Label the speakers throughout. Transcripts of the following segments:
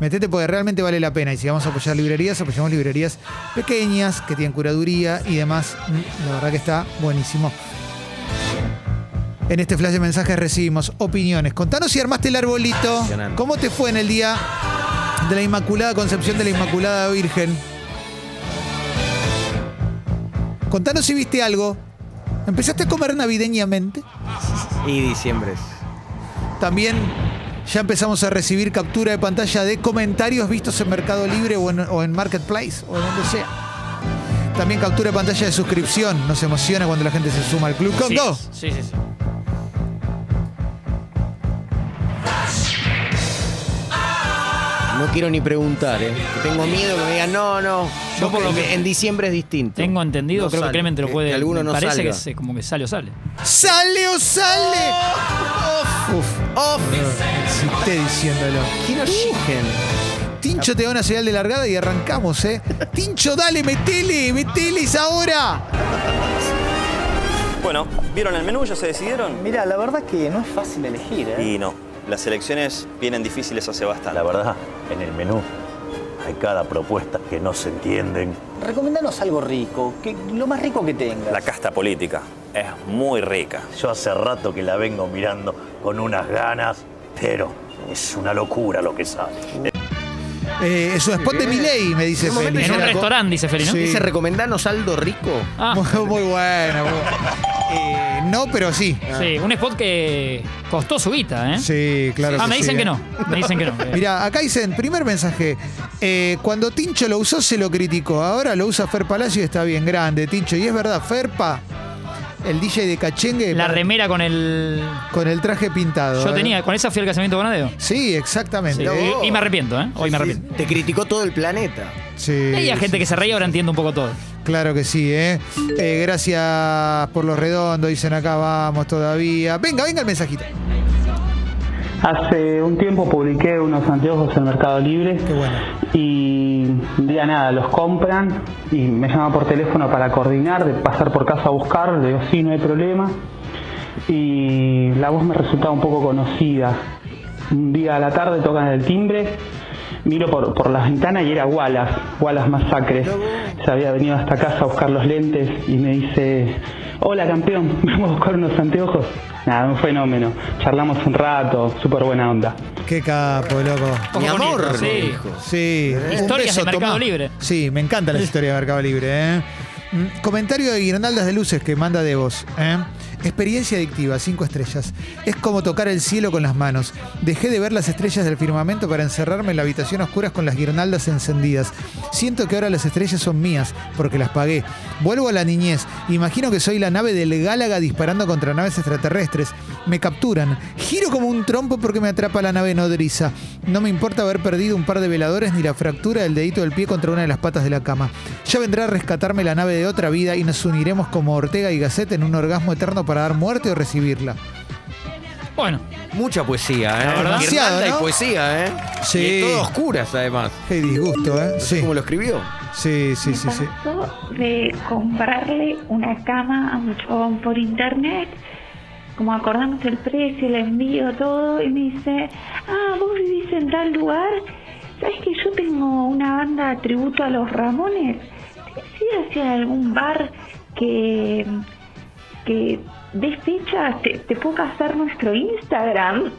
Speaker 1: Metete porque realmente vale la pena. Y si vamos a apoyar librerías, apoyamos librerías pequeñas que tienen curaduría y demás. Mm, La verdad que está buenísimo. En este flash de mensajes recibimos opiniones. Contanos si armaste el arbolito.
Speaker 2: Impresionante.
Speaker 1: ¿Cómo te fue en el día de la Inmaculada Concepción de la Inmaculada Virgen? Contanos si viste algo. ¿Empezaste a comer navideñamente?
Speaker 2: Y diciembre.
Speaker 1: También ya empezamos a recibir captura de pantalla de comentarios vistos en Mercado Libre o en, o en Marketplace o donde sea. También captura de pantalla de suscripción. Nos emociona cuando la gente se suma al club.
Speaker 3: Sí,
Speaker 1: Congo.
Speaker 3: Sí, sí, sí.
Speaker 2: No quiero ni preguntar, ¿eh? Que Tengo miedo que me digan, no, no.
Speaker 3: Yo por lo
Speaker 2: en,
Speaker 3: que-
Speaker 2: en diciembre es distinto.
Speaker 3: Tengo entendido,
Speaker 2: No
Speaker 3: creo
Speaker 2: sale,
Speaker 3: que Clemente lo
Speaker 2: que-
Speaker 3: puede.
Speaker 2: que alguno
Speaker 3: me
Speaker 2: no
Speaker 3: parece
Speaker 2: salga.
Speaker 3: que se- como que sale o sale.
Speaker 1: ¡Sale o sale! Uf.
Speaker 2: ¡Off!
Speaker 1: Insisté diciéndolo.
Speaker 2: Quiero chicken.
Speaker 1: Tincho te da una señal de largada y arrancamos, ¿eh? Tincho, dale, metele, metele es ahora.
Speaker 4: Bueno, ¿vieron el menú? ¿Ya se decidieron?
Speaker 5: Mira, la verdad que no es fácil elegir, ¿eh?
Speaker 4: Y no, las elecciones vienen difíciles hace bastante.
Speaker 6: La verdad, en el menú hay cada propuesta que no se entienden.
Speaker 5: Recomendanos algo rico, que, lo más rico que tengas.
Speaker 4: La casta política es muy rica.
Speaker 6: Yo hace rato que la vengo mirando con unas ganas, pero es una locura lo que sale.
Speaker 1: Eh, es un spot de Miley, me dice
Speaker 2: En un momento
Speaker 1: Feli.
Speaker 3: En un
Speaker 2: la co-
Speaker 3: restaurante, dice Feli, ¿no?
Speaker 1: Sí.
Speaker 2: Dice, ¿recomendamos algo rico?
Speaker 3: Ah,
Speaker 1: Muy, muy bueno. muy bueno. Eh, no, pero sí.
Speaker 3: sí, un spot que costó su guita, ¿eh?
Speaker 1: Sí, claro.
Speaker 3: Ah,
Speaker 1: que
Speaker 3: me
Speaker 1: sí,
Speaker 3: dicen que
Speaker 1: eh.
Speaker 3: no. Me dicen que no.
Speaker 1: Mirá, acá dicen, primer mensaje, eh, cuando Tincho lo usó se lo criticó, ahora lo usa Fer Palacio y está bien grande, Tincho. Y es verdad, Ferpa, el DJ de Cachengue,
Speaker 3: La
Speaker 1: para-
Speaker 3: remera con el.
Speaker 1: con el traje pintado.
Speaker 3: Yo
Speaker 1: ¿eh?
Speaker 3: tenía, con esa fui al casamiento de Bonadeo.
Speaker 1: Sí,
Speaker 3: Sí,
Speaker 1: exactamente.
Speaker 3: Y, y me arrepiento, ¿eh? Hoy me arrepiento.
Speaker 2: Te criticó todo el planeta.
Speaker 1: Sí,
Speaker 3: Hay gente que se reía, ahora entiendo un poco todo.
Speaker 1: Claro que sí, ¿eh? Eh, Gracias por los redondos, dicen acá vamos todavía. Venga, venga el mensajito.
Speaker 7: Hace Eh, un tiempo publiqué unos anteojos en Mercado Libre
Speaker 1: Qué bueno.
Speaker 7: y un día nada, los compran y me llaman por teléfono para coordinar, de pasar por casa a buscar, le digo sí, no hay problema y la voz me resultaba un poco conocida. Un día a la tarde tocan el timbre, miro por, por las ventanas y era Wallace, Wallace Masacre. Se había venido hasta casa a buscar los lentes y me dice, hola campeón, vamos a buscar unos anteojos. Nada, un fenómeno. Charlamos un rato, súper buena onda.
Speaker 1: Qué capo, loco.
Speaker 3: Ojo
Speaker 2: Mi
Speaker 3: con
Speaker 2: amor,
Speaker 3: esto,
Speaker 2: me
Speaker 3: sí.
Speaker 2: dijo.
Speaker 1: Sí.
Speaker 3: Historias
Speaker 1: Eh, Un beso,
Speaker 3: de Mercado
Speaker 1: Tomás.
Speaker 3: Libre.
Speaker 1: Sí, me encantan las historias de Mercado Libre. ¿eh? Mm, Comentario de Guirnaldas de Luces que manda de vos. ¿eh? Experiencia adictiva, cinco estrellas. Es como tocar el cielo con las manos. Dejé de ver las estrellas del firmamento para encerrarme en la habitación a oscuras con las guirnaldas encendidas. Siento que ahora las estrellas son mías, porque las pagué. Vuelvo a la niñez. Imagino que soy la nave del Gálaga disparando contra naves extraterrestres. Me capturan. Giro como un trompo porque me atrapa la nave nodriza. No me importa haber perdido un par de veladores ni la fractura del dedito del pie contra una de las patas de la cama. Ya vendrá a rescatarme la nave de otra vida y nos uniremos como Ortega y Gasset en un orgasmo eterno para dar muerte o recibirla.
Speaker 3: Bueno,
Speaker 2: Mucha poesía, ¿eh?
Speaker 3: verdad.
Speaker 2: Guirnalda
Speaker 1: Demasiado, ¿no?
Speaker 2: y poesía, ¿eh?
Speaker 1: Sí.
Speaker 2: Y todo a oscuras, además.
Speaker 1: Qué disgusto, ¿eh? Sí.
Speaker 2: ¿Cómo lo escribió?
Speaker 1: Sí, sí,
Speaker 8: Me
Speaker 1: sí, sí.
Speaker 8: pasó de comprarle una cama a un chabón por internet, como acordamos el precio, el envío, todo, y me dice, ah, vos vivís en tal lugar, ¿sabes que yo tengo una banda tributo a los Ramones? ¿Tenés idea si hay algún bar que, que dé fecha? Te, ¿Te puedo pasar nuestro Instagram?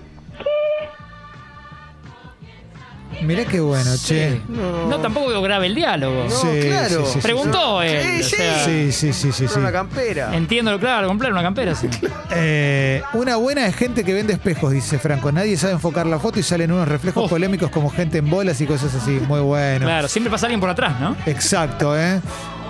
Speaker 1: Mirá qué bueno, che.
Speaker 3: No. tampoco veo grave el diálogo.
Speaker 2: No, claro.
Speaker 1: sí, sí, sí.
Speaker 3: Preguntó él.
Speaker 2: Sí,
Speaker 3: o
Speaker 2: sí.
Speaker 3: sea,
Speaker 1: Sí, sí, sí, sí. sí.
Speaker 2: Una campera.
Speaker 3: Entiendo, claro, comprar una campera. sí.
Speaker 1: Eh, una buena es gente que vende espejos, dice Franco. Nadie sabe enfocar la foto y salen unos reflejos
Speaker 3: Oh.
Speaker 1: polémicos como gente en bolas y cosas así. Muy bueno.
Speaker 3: Claro, siempre pasa alguien por atrás, ¿no?
Speaker 1: Exacto, ¿eh?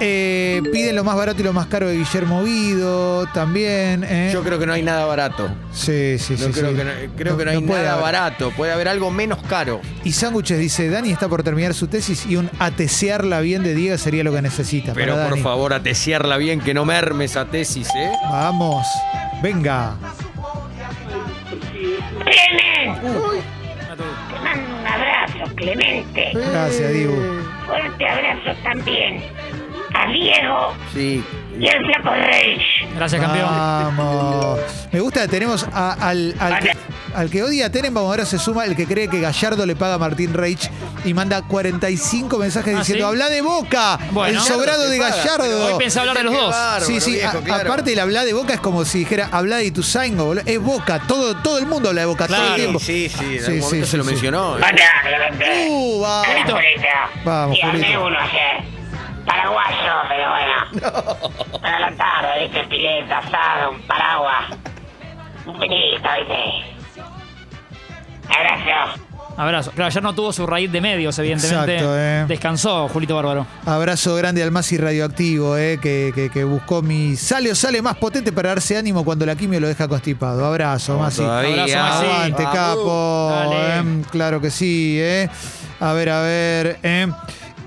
Speaker 1: Eh, Piden lo más barato y lo más caro de Guillermo Guido también. ¿eh?
Speaker 2: Yo creo que no hay nada barato.
Speaker 1: sí, sí,
Speaker 2: No
Speaker 1: sí.
Speaker 2: creo
Speaker 1: sí.
Speaker 2: que no, eh, creo que no hay
Speaker 1: puede
Speaker 2: nada
Speaker 1: haber.
Speaker 2: barato. Puede haber algo menos caro.
Speaker 1: Y Sándwiches dice: Dani está por terminar su tesis y un atesearla bien de Diego sería lo que necesita.
Speaker 2: Pero
Speaker 1: para
Speaker 2: por
Speaker 1: Dani.
Speaker 2: favor, ateciarla bien, que no merme esa tesis, ¿eh?
Speaker 1: Vamos, venga.
Speaker 9: Te mando un abrazo, Clemente.
Speaker 1: Gracias, Diego.
Speaker 9: Fuerte abrazo también. A Diego
Speaker 2: Sí.
Speaker 9: y al Flaco Reyes.
Speaker 3: Gracias,
Speaker 1: Ah.
Speaker 3: campeón.
Speaker 1: Vamos. Me gusta, tenemos a- al, al que, al que odia a Tenenbaum, ahora se suma el que cree que Gallardo le paga a Martín Reich y manda 45 mensajes
Speaker 3: Ah,
Speaker 1: diciendo,
Speaker 3: ¿sí?
Speaker 1: habla de boca, el
Speaker 3: Bueno.
Speaker 1: sobrado de
Speaker 3: Hoy
Speaker 1: Gallardo.
Speaker 3: pensaba hablar de los dos.
Speaker 1: sí, sí, a- aparte el habla de boca es como si dijera, habla de Ituzaingo, boludo". es boca, todo, todo el mundo habla de boca, todo el tiempo.
Speaker 2: Sí, sí, en
Speaker 1: Sí,
Speaker 2: algún
Speaker 1: sí,
Speaker 2: momento
Speaker 1: sí,
Speaker 2: se lo
Speaker 1: sí.
Speaker 2: mencionó. ¿eh?
Speaker 9: Hola, Clemente.
Speaker 1: Uh, va-
Speaker 3: Julito.
Speaker 1: Vamos,
Speaker 9: y a mí
Speaker 1: Julito.
Speaker 9: uno ayer. Paraguayo, pero bueno. Para la tarde, viste, pileta, asado, un paraguas. Un vinito, viste. Abrazo.
Speaker 3: Abrazo. Claro, ayer no tuvo su raíz de medios, evidentemente.
Speaker 1: Exacto, eh.
Speaker 3: Descansó, Julito Bárbaro.
Speaker 1: Abrazo grande al Masi Radioactivo, eh, que, que- que buscó mi sale o sale más potente para darse ánimo cuando la quimio lo deja constipado. Abrazo, Masi.
Speaker 3: Abrazo,
Speaker 2: Todavía.
Speaker 3: Maxi.
Speaker 1: Aguante,
Speaker 2: Vamos.
Speaker 1: capo.
Speaker 3: Dale.
Speaker 1: eh, claro que sí, eh. A ver, a ver. eh.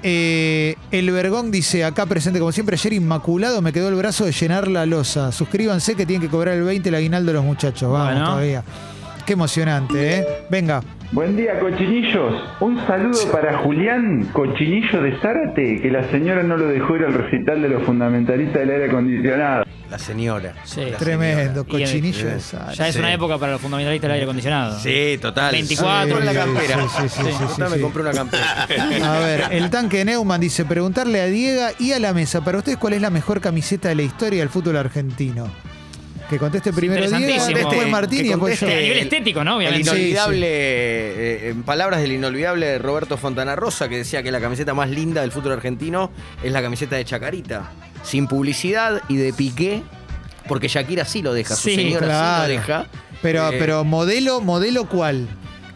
Speaker 1: Eh, el Vergón dice acá presente, como siempre, ayer inmaculado me quedó el brazo de llenar la losa. Suscríbanse que tienen que cobrar el 20 el aguinaldo de los muchachos. Vamos
Speaker 3: Bueno.
Speaker 1: todavía. Qué emocionante, ¿eh? Venga.
Speaker 7: Buen día, cochinillos. Un saludo para Julián, cochinillo de Zárate, que la señora no lo dejó ir al recital de los fundamentalistas del aire acondicionado.
Speaker 2: La señora.
Speaker 3: Sí.
Speaker 2: La
Speaker 1: Tremendo,
Speaker 2: señora.
Speaker 3: Y en el-
Speaker 1: cochinillo de sal.
Speaker 3: Ya es
Speaker 2: Sí.
Speaker 3: una época para los fundamentalistas del aire acondicionado.
Speaker 2: Sí, total.
Speaker 3: 24
Speaker 2: en la
Speaker 1: Sí,
Speaker 2: campera.
Speaker 1: sí, sí, sí, sí,
Speaker 2: Total,
Speaker 1: sí,
Speaker 2: me
Speaker 1: sí.
Speaker 2: compré una campera.
Speaker 1: A ver, el tanque Neumann dice, preguntarle a Diego y a la mesa, para ustedes, ¿cuál es la mejor camiseta de la historia del fútbol argentino? Que conteste primero Diego,
Speaker 3: interesantísimo.
Speaker 1: después Martín y
Speaker 2: Que
Speaker 1: después yo.
Speaker 2: conteste
Speaker 3: A nivel
Speaker 2: El-
Speaker 3: estético, ¿no?
Speaker 2: Este, El
Speaker 3: Obviamente.
Speaker 1: Sí,
Speaker 2: inolvidable, eh, en palabras del inolvidable Roberto Fontana Rosa, que decía que la camiseta más linda del fútbol argentino es la camiseta de Chacarita. Sin publicidad y de piqué, porque Shakira sí lo deja,
Speaker 3: Sí,
Speaker 2: su señora
Speaker 1: claro.
Speaker 2: sí lo deja.
Speaker 1: Pero,
Speaker 2: Eh,
Speaker 1: pero modelo, modelo cuál?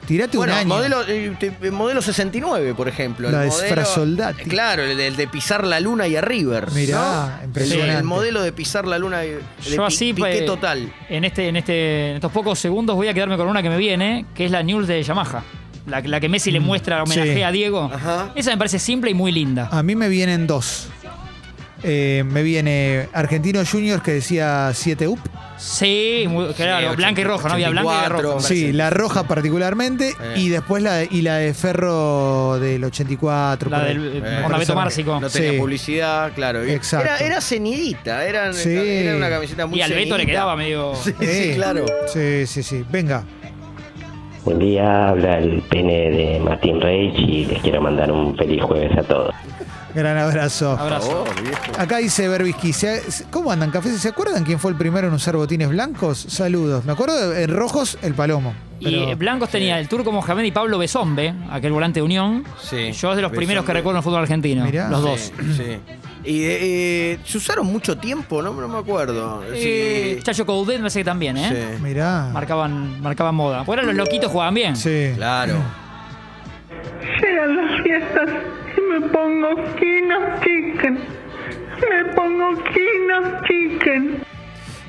Speaker 1: Tirate
Speaker 2: bueno,
Speaker 1: un año.
Speaker 2: Modelo, eh, te- modelo 69, por ejemplo.
Speaker 1: La de
Speaker 2: el modelo-
Speaker 1: Sfrasoldati.
Speaker 2: Claro, el, de- el de pisar la luna y a River.
Speaker 1: Mirá,
Speaker 2: ¿no?
Speaker 1: impresionante.
Speaker 2: El modelo de pisar la luna y de
Speaker 3: Yo
Speaker 2: pi-
Speaker 3: así,
Speaker 2: piqué
Speaker 1: pues,
Speaker 3: eh,
Speaker 2: total.
Speaker 3: En, este, en, este, en estos pocos segundos voy a quedarme con una que me viene, que es la News de Yamaha. La, la que Messi le muestra homenaje
Speaker 1: Mm, sí. Ah.
Speaker 3: a Diego.
Speaker 2: Ajá.
Speaker 3: Esa me parece simple y muy linda.
Speaker 1: A mí me vienen dos. Eh, me viene Argentino Juniors que decía 7 up.
Speaker 3: Sí, muy- claro,
Speaker 2: Sí,
Speaker 3: blanca y roja, ¿no? Había blanca y
Speaker 2: 84,
Speaker 3: roja.
Speaker 2: Me
Speaker 1: Sí,
Speaker 2: parece.
Speaker 1: la roja particularmente.
Speaker 2: Eh.
Speaker 1: Y después la de, y la de Ferro del 84.
Speaker 3: La
Speaker 1: por ahí.
Speaker 3: del eh,
Speaker 2: Eh,
Speaker 3: Ornabeto
Speaker 1: parece-
Speaker 3: Márcico.
Speaker 2: No tenía
Speaker 1: Sí.
Speaker 2: publicidad, claro. Y
Speaker 1: Exacto.
Speaker 2: Era, era cenidita, era,
Speaker 1: Sí.
Speaker 2: era una camiseta muy
Speaker 3: Y al Beto le
Speaker 2: cenidita.
Speaker 3: quedaba medio.
Speaker 2: Sí,
Speaker 1: Eh,
Speaker 2: claro.
Speaker 1: Sí, sí, sí. Venga.
Speaker 10: Buen día, habla el pene de Martín Reich y les quiero mandar un feliz jueves a todos.
Speaker 1: Gran abrazo.
Speaker 3: Abrazo.
Speaker 2: Oh, viejo.
Speaker 1: Acá dice Berbisky, ¿se- ¿cómo andan cafés? ¿Se acuerdan quién fue el primero en usar botines blancos? Saludos. Me acuerdo de- en rojos el palomo.
Speaker 3: y
Speaker 1: pero-
Speaker 3: eh, blancos tenía el turco Mohamed y Pablo Besombe, aquel volante de Unión.
Speaker 2: Sí.
Speaker 3: Yo es de los primeros que
Speaker 2: Besombe.
Speaker 3: recuerdo en el fútbol argentino.
Speaker 1: Mirá.
Speaker 3: Los
Speaker 2: Sí,
Speaker 3: dos.
Speaker 2: sí. Y eh, se usaron mucho tiempo, no, no me acuerdo. Sí.
Speaker 3: Eh, Chacho Coudet me parece que también, ¿eh?
Speaker 2: Sí.
Speaker 1: Mirá.
Speaker 3: Marcaban, marcaban moda. Fuera los loquitos jugaban bien.
Speaker 1: Sí.
Speaker 2: Claro.
Speaker 8: Llegan las fiestas y me pongo Kino Chicken. Me pongo Kino Chicken.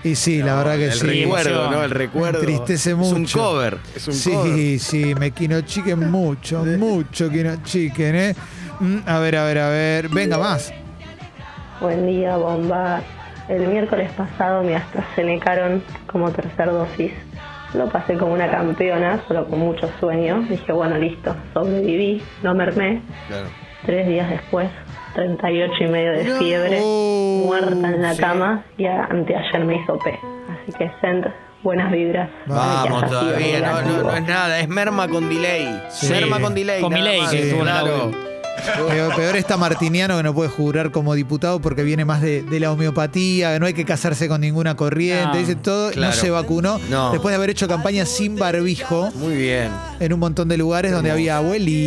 Speaker 1: Y sí, la verdad que
Speaker 2: El
Speaker 1: sí.
Speaker 2: recuerdo,
Speaker 3: emoción.
Speaker 2: ¿no? El recuerdo.
Speaker 1: Entristece
Speaker 2: Es
Speaker 1: mucho.
Speaker 2: un cover. Es un
Speaker 1: sí,
Speaker 2: cover.
Speaker 1: sí, me quino chicken mucho, mucho quino chicken, ¿eh? Mm, a ver, a ver, a ver. Venga, más.
Speaker 8: Buen día, bomba. El miércoles pasado me AstraZenecaron como tercer dosis. Lo pasé como una campeona, solo con mucho sueño. Dije, bueno, listo, sobreviví, no mermé.
Speaker 2: Claro.
Speaker 8: Tres días después
Speaker 11: 38 y medio de fiebre, muerta en la
Speaker 12: sí.
Speaker 11: cama y a- anteayer me hizo P. Así que send buenas vibras.
Speaker 2: Vamos
Speaker 11: Así
Speaker 2: todavía,
Speaker 11: venga.
Speaker 2: no, no, no es nada, es merma con delay.
Speaker 1: Sí.
Speaker 2: Merma con delay.
Speaker 1: Con
Speaker 2: nada
Speaker 1: delay
Speaker 2: más.
Speaker 1: que estuvo en la
Speaker 2: claro.
Speaker 1: web. Peor, peor está Martiniano que no puede jurar como diputado porque viene más de, de la homeopatía, que no hay que casarse con ninguna corriente,
Speaker 2: No.
Speaker 1: dice todo,
Speaker 2: Claro.
Speaker 1: no se vacunó.
Speaker 2: No.
Speaker 1: Después de haber hecho campaña sin barbijo
Speaker 2: Muy bien.
Speaker 1: en un montón de lugares donde había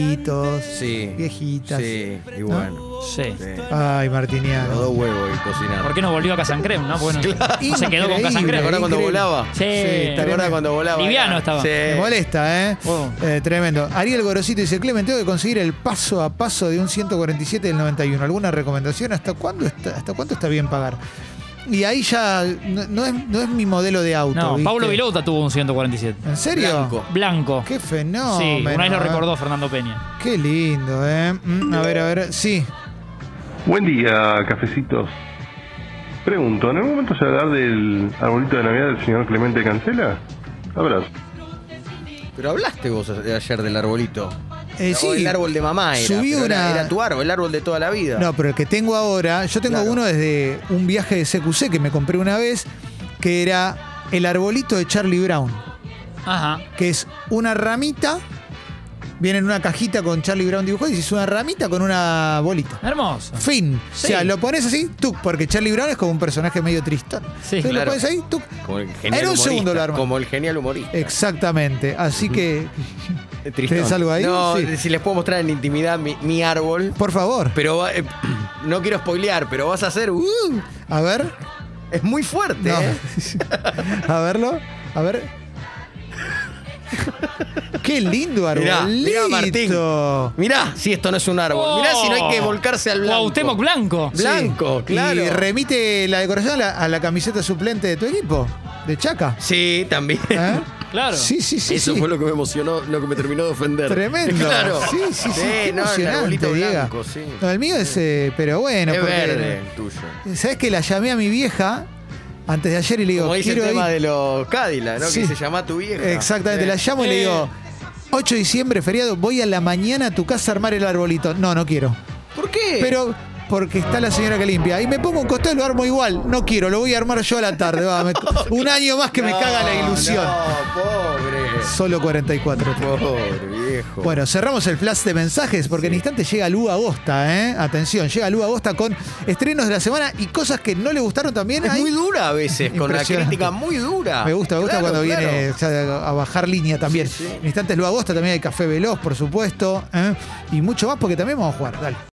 Speaker 1: abuelitos,
Speaker 2: Sí.
Speaker 1: viejitas.
Speaker 2: Sí, y
Speaker 1: ¿no?
Speaker 2: bueno.
Speaker 3: Sí.
Speaker 1: Ay, Martiniano.
Speaker 2: Los dos huevos y cocinar.
Speaker 3: ¿Por qué no volvió a Casancrem? No, bueno, no se quedó con
Speaker 1: Increíble,
Speaker 3: Casancrem.
Speaker 2: ¿Te acordás cuando
Speaker 1: increíble.
Speaker 2: volaba?
Speaker 3: Sí.
Speaker 2: ¿Te acordás cuando volaba?
Speaker 3: Liviano
Speaker 2: Era-
Speaker 3: estaba.
Speaker 2: Sí.
Speaker 1: Me molesta, ¿eh?
Speaker 3: Oh.
Speaker 1: Eh, Tremendo. Ariel Gorosito dice, Clemen, tengo que conseguir el paso a paso de un 147 del 91. ¿Alguna recomendación? ¿Hasta cuándo está, hasta cuánto está bien pagar? Y ahí ya no, no es, no es mi modelo de auto.
Speaker 3: No,
Speaker 1: ¿viste?
Speaker 3: Pablo Vilota tuvo un 147.
Speaker 1: ¿En serio?
Speaker 3: Blanco. Blanco.
Speaker 1: Qué fenómeno.
Speaker 3: sí, una vez lo
Speaker 1: ¿eh?
Speaker 3: recordó Fernando Peña.
Speaker 1: Qué lindo, ¿eh? Mm, a ver, a ver. Sí.
Speaker 13: Buen día, cafecitos. Pregunto, ¿en algún momento se hablar del arbolito de Navidad del señor Clemente Cancela? Abrazo.
Speaker 2: Pero hablaste vos a- ayer del arbolito.
Speaker 1: Eh,
Speaker 2: O
Speaker 1: sí.
Speaker 2: El árbol de mamá era.
Speaker 1: Subí
Speaker 2: pero era-
Speaker 1: una-
Speaker 2: era tu árbol, el árbol de toda la vida.
Speaker 1: No, pero el que tengo ahora, yo tengo uno desde un viaje de CQC que me compré una vez, que era el arbolito de Charlie Brown.
Speaker 3: Ajá.
Speaker 1: que es una ramita, viene en una cajita con Charlie Brown dibujado y es una ramita con una bolita.
Speaker 3: Hermoso.
Speaker 1: Fin.
Speaker 3: Sí.
Speaker 1: O sea, lo pones así, tuk, porque Charlie Brown es como un personaje medio tristón.
Speaker 3: Sí,
Speaker 1: Entonces
Speaker 2: claro.
Speaker 1: lo pones ahí, tuk.
Speaker 2: Como el genial
Speaker 1: Era un
Speaker 2: humorista,
Speaker 1: segundo lo armás.
Speaker 2: Como el genial humorista.
Speaker 1: Exactamente. Así que.
Speaker 2: Tristón.
Speaker 1: ¿Tenés algo ahí?
Speaker 2: No,
Speaker 1: Sí.
Speaker 2: si les puedo mostrar en intimidad mi, mi árbol.
Speaker 1: Por favor.
Speaker 2: Pero va- eh, no quiero spoilear, pero vas a hacer. uh,
Speaker 1: A ver.
Speaker 2: es muy fuerte,
Speaker 1: No.
Speaker 2: ¿eh?
Speaker 1: A verlo. A ver. Qué lindo
Speaker 2: Mirá,
Speaker 1: arbolito.
Speaker 2: mirá, Martín. Mirá si esto no es un árbol. Mirá si no hay que
Speaker 1: Oh.
Speaker 2: volcarse al blanco.
Speaker 3: Cuauhtémoc Blanco.
Speaker 2: Blanco,
Speaker 1: Sí.
Speaker 2: claro.
Speaker 1: Y remite la decoración a la, a la camiseta suplente de tu equipo, de Chaca.
Speaker 2: Sí, también.
Speaker 1: ¿Eh?
Speaker 3: Claro.
Speaker 1: Sí, sí, sí.
Speaker 2: Eso
Speaker 1: sí.
Speaker 2: fue lo que me emocionó, lo que me terminó de ofender.
Speaker 1: Tremendo.
Speaker 2: Claro.
Speaker 1: Sí, sí, sí. Qué
Speaker 2: no, el
Speaker 1: emocionante,
Speaker 2: arbolito
Speaker 1: Diego.
Speaker 2: blanco, sí.
Speaker 1: No, el mío es, eh, pero bueno.
Speaker 2: es
Speaker 1: porque-
Speaker 2: verde el tuyo.
Speaker 1: ¿Sabes que la llamé a mi vieja antes de ayer y le digo,
Speaker 2: Como dice el
Speaker 1: quiero
Speaker 2: tema
Speaker 1: ir-
Speaker 2: de los Cadillac, ¿no?
Speaker 1: Sí.
Speaker 2: Que se llama tu vieja.
Speaker 1: Exactamente,
Speaker 2: Eh.
Speaker 1: la llamo y le
Speaker 2: Eh.
Speaker 1: digo, 8 de diciembre, feriado, voy a la mañana a tu casa a armar el arbolito. No, no quiero.
Speaker 2: ¿Por qué?
Speaker 1: Pero porque está la señora que limpia. Y me pongo un costado y lo armo igual. No quiero, lo voy a armar yo a la tarde. va, me- un año más que me
Speaker 2: No,
Speaker 1: caga la ilusión.
Speaker 2: No, pobre.
Speaker 1: Solo 44.
Speaker 2: Pobre viejo.
Speaker 1: Bueno, cerramos el flash de mensajes porque en instante llega Lu Agosta, ¿eh? Atención, llega Lu Agosta con estrenos de la semana y cosas que no le gustaron también.
Speaker 2: es
Speaker 1: ahí.
Speaker 2: muy dura a veces, con la
Speaker 1: Impresionante.
Speaker 2: crítica muy dura.
Speaker 1: Me gusta, me gusta
Speaker 2: Claro,
Speaker 1: cuando
Speaker 2: claro.
Speaker 1: viene o sea, a bajar línea también.
Speaker 2: Sí, sí.
Speaker 1: En instantes Lu Agosta, también hay Café Veloz, por supuesto. ¿eh? Y mucho más porque también vamos a jugar. Dale.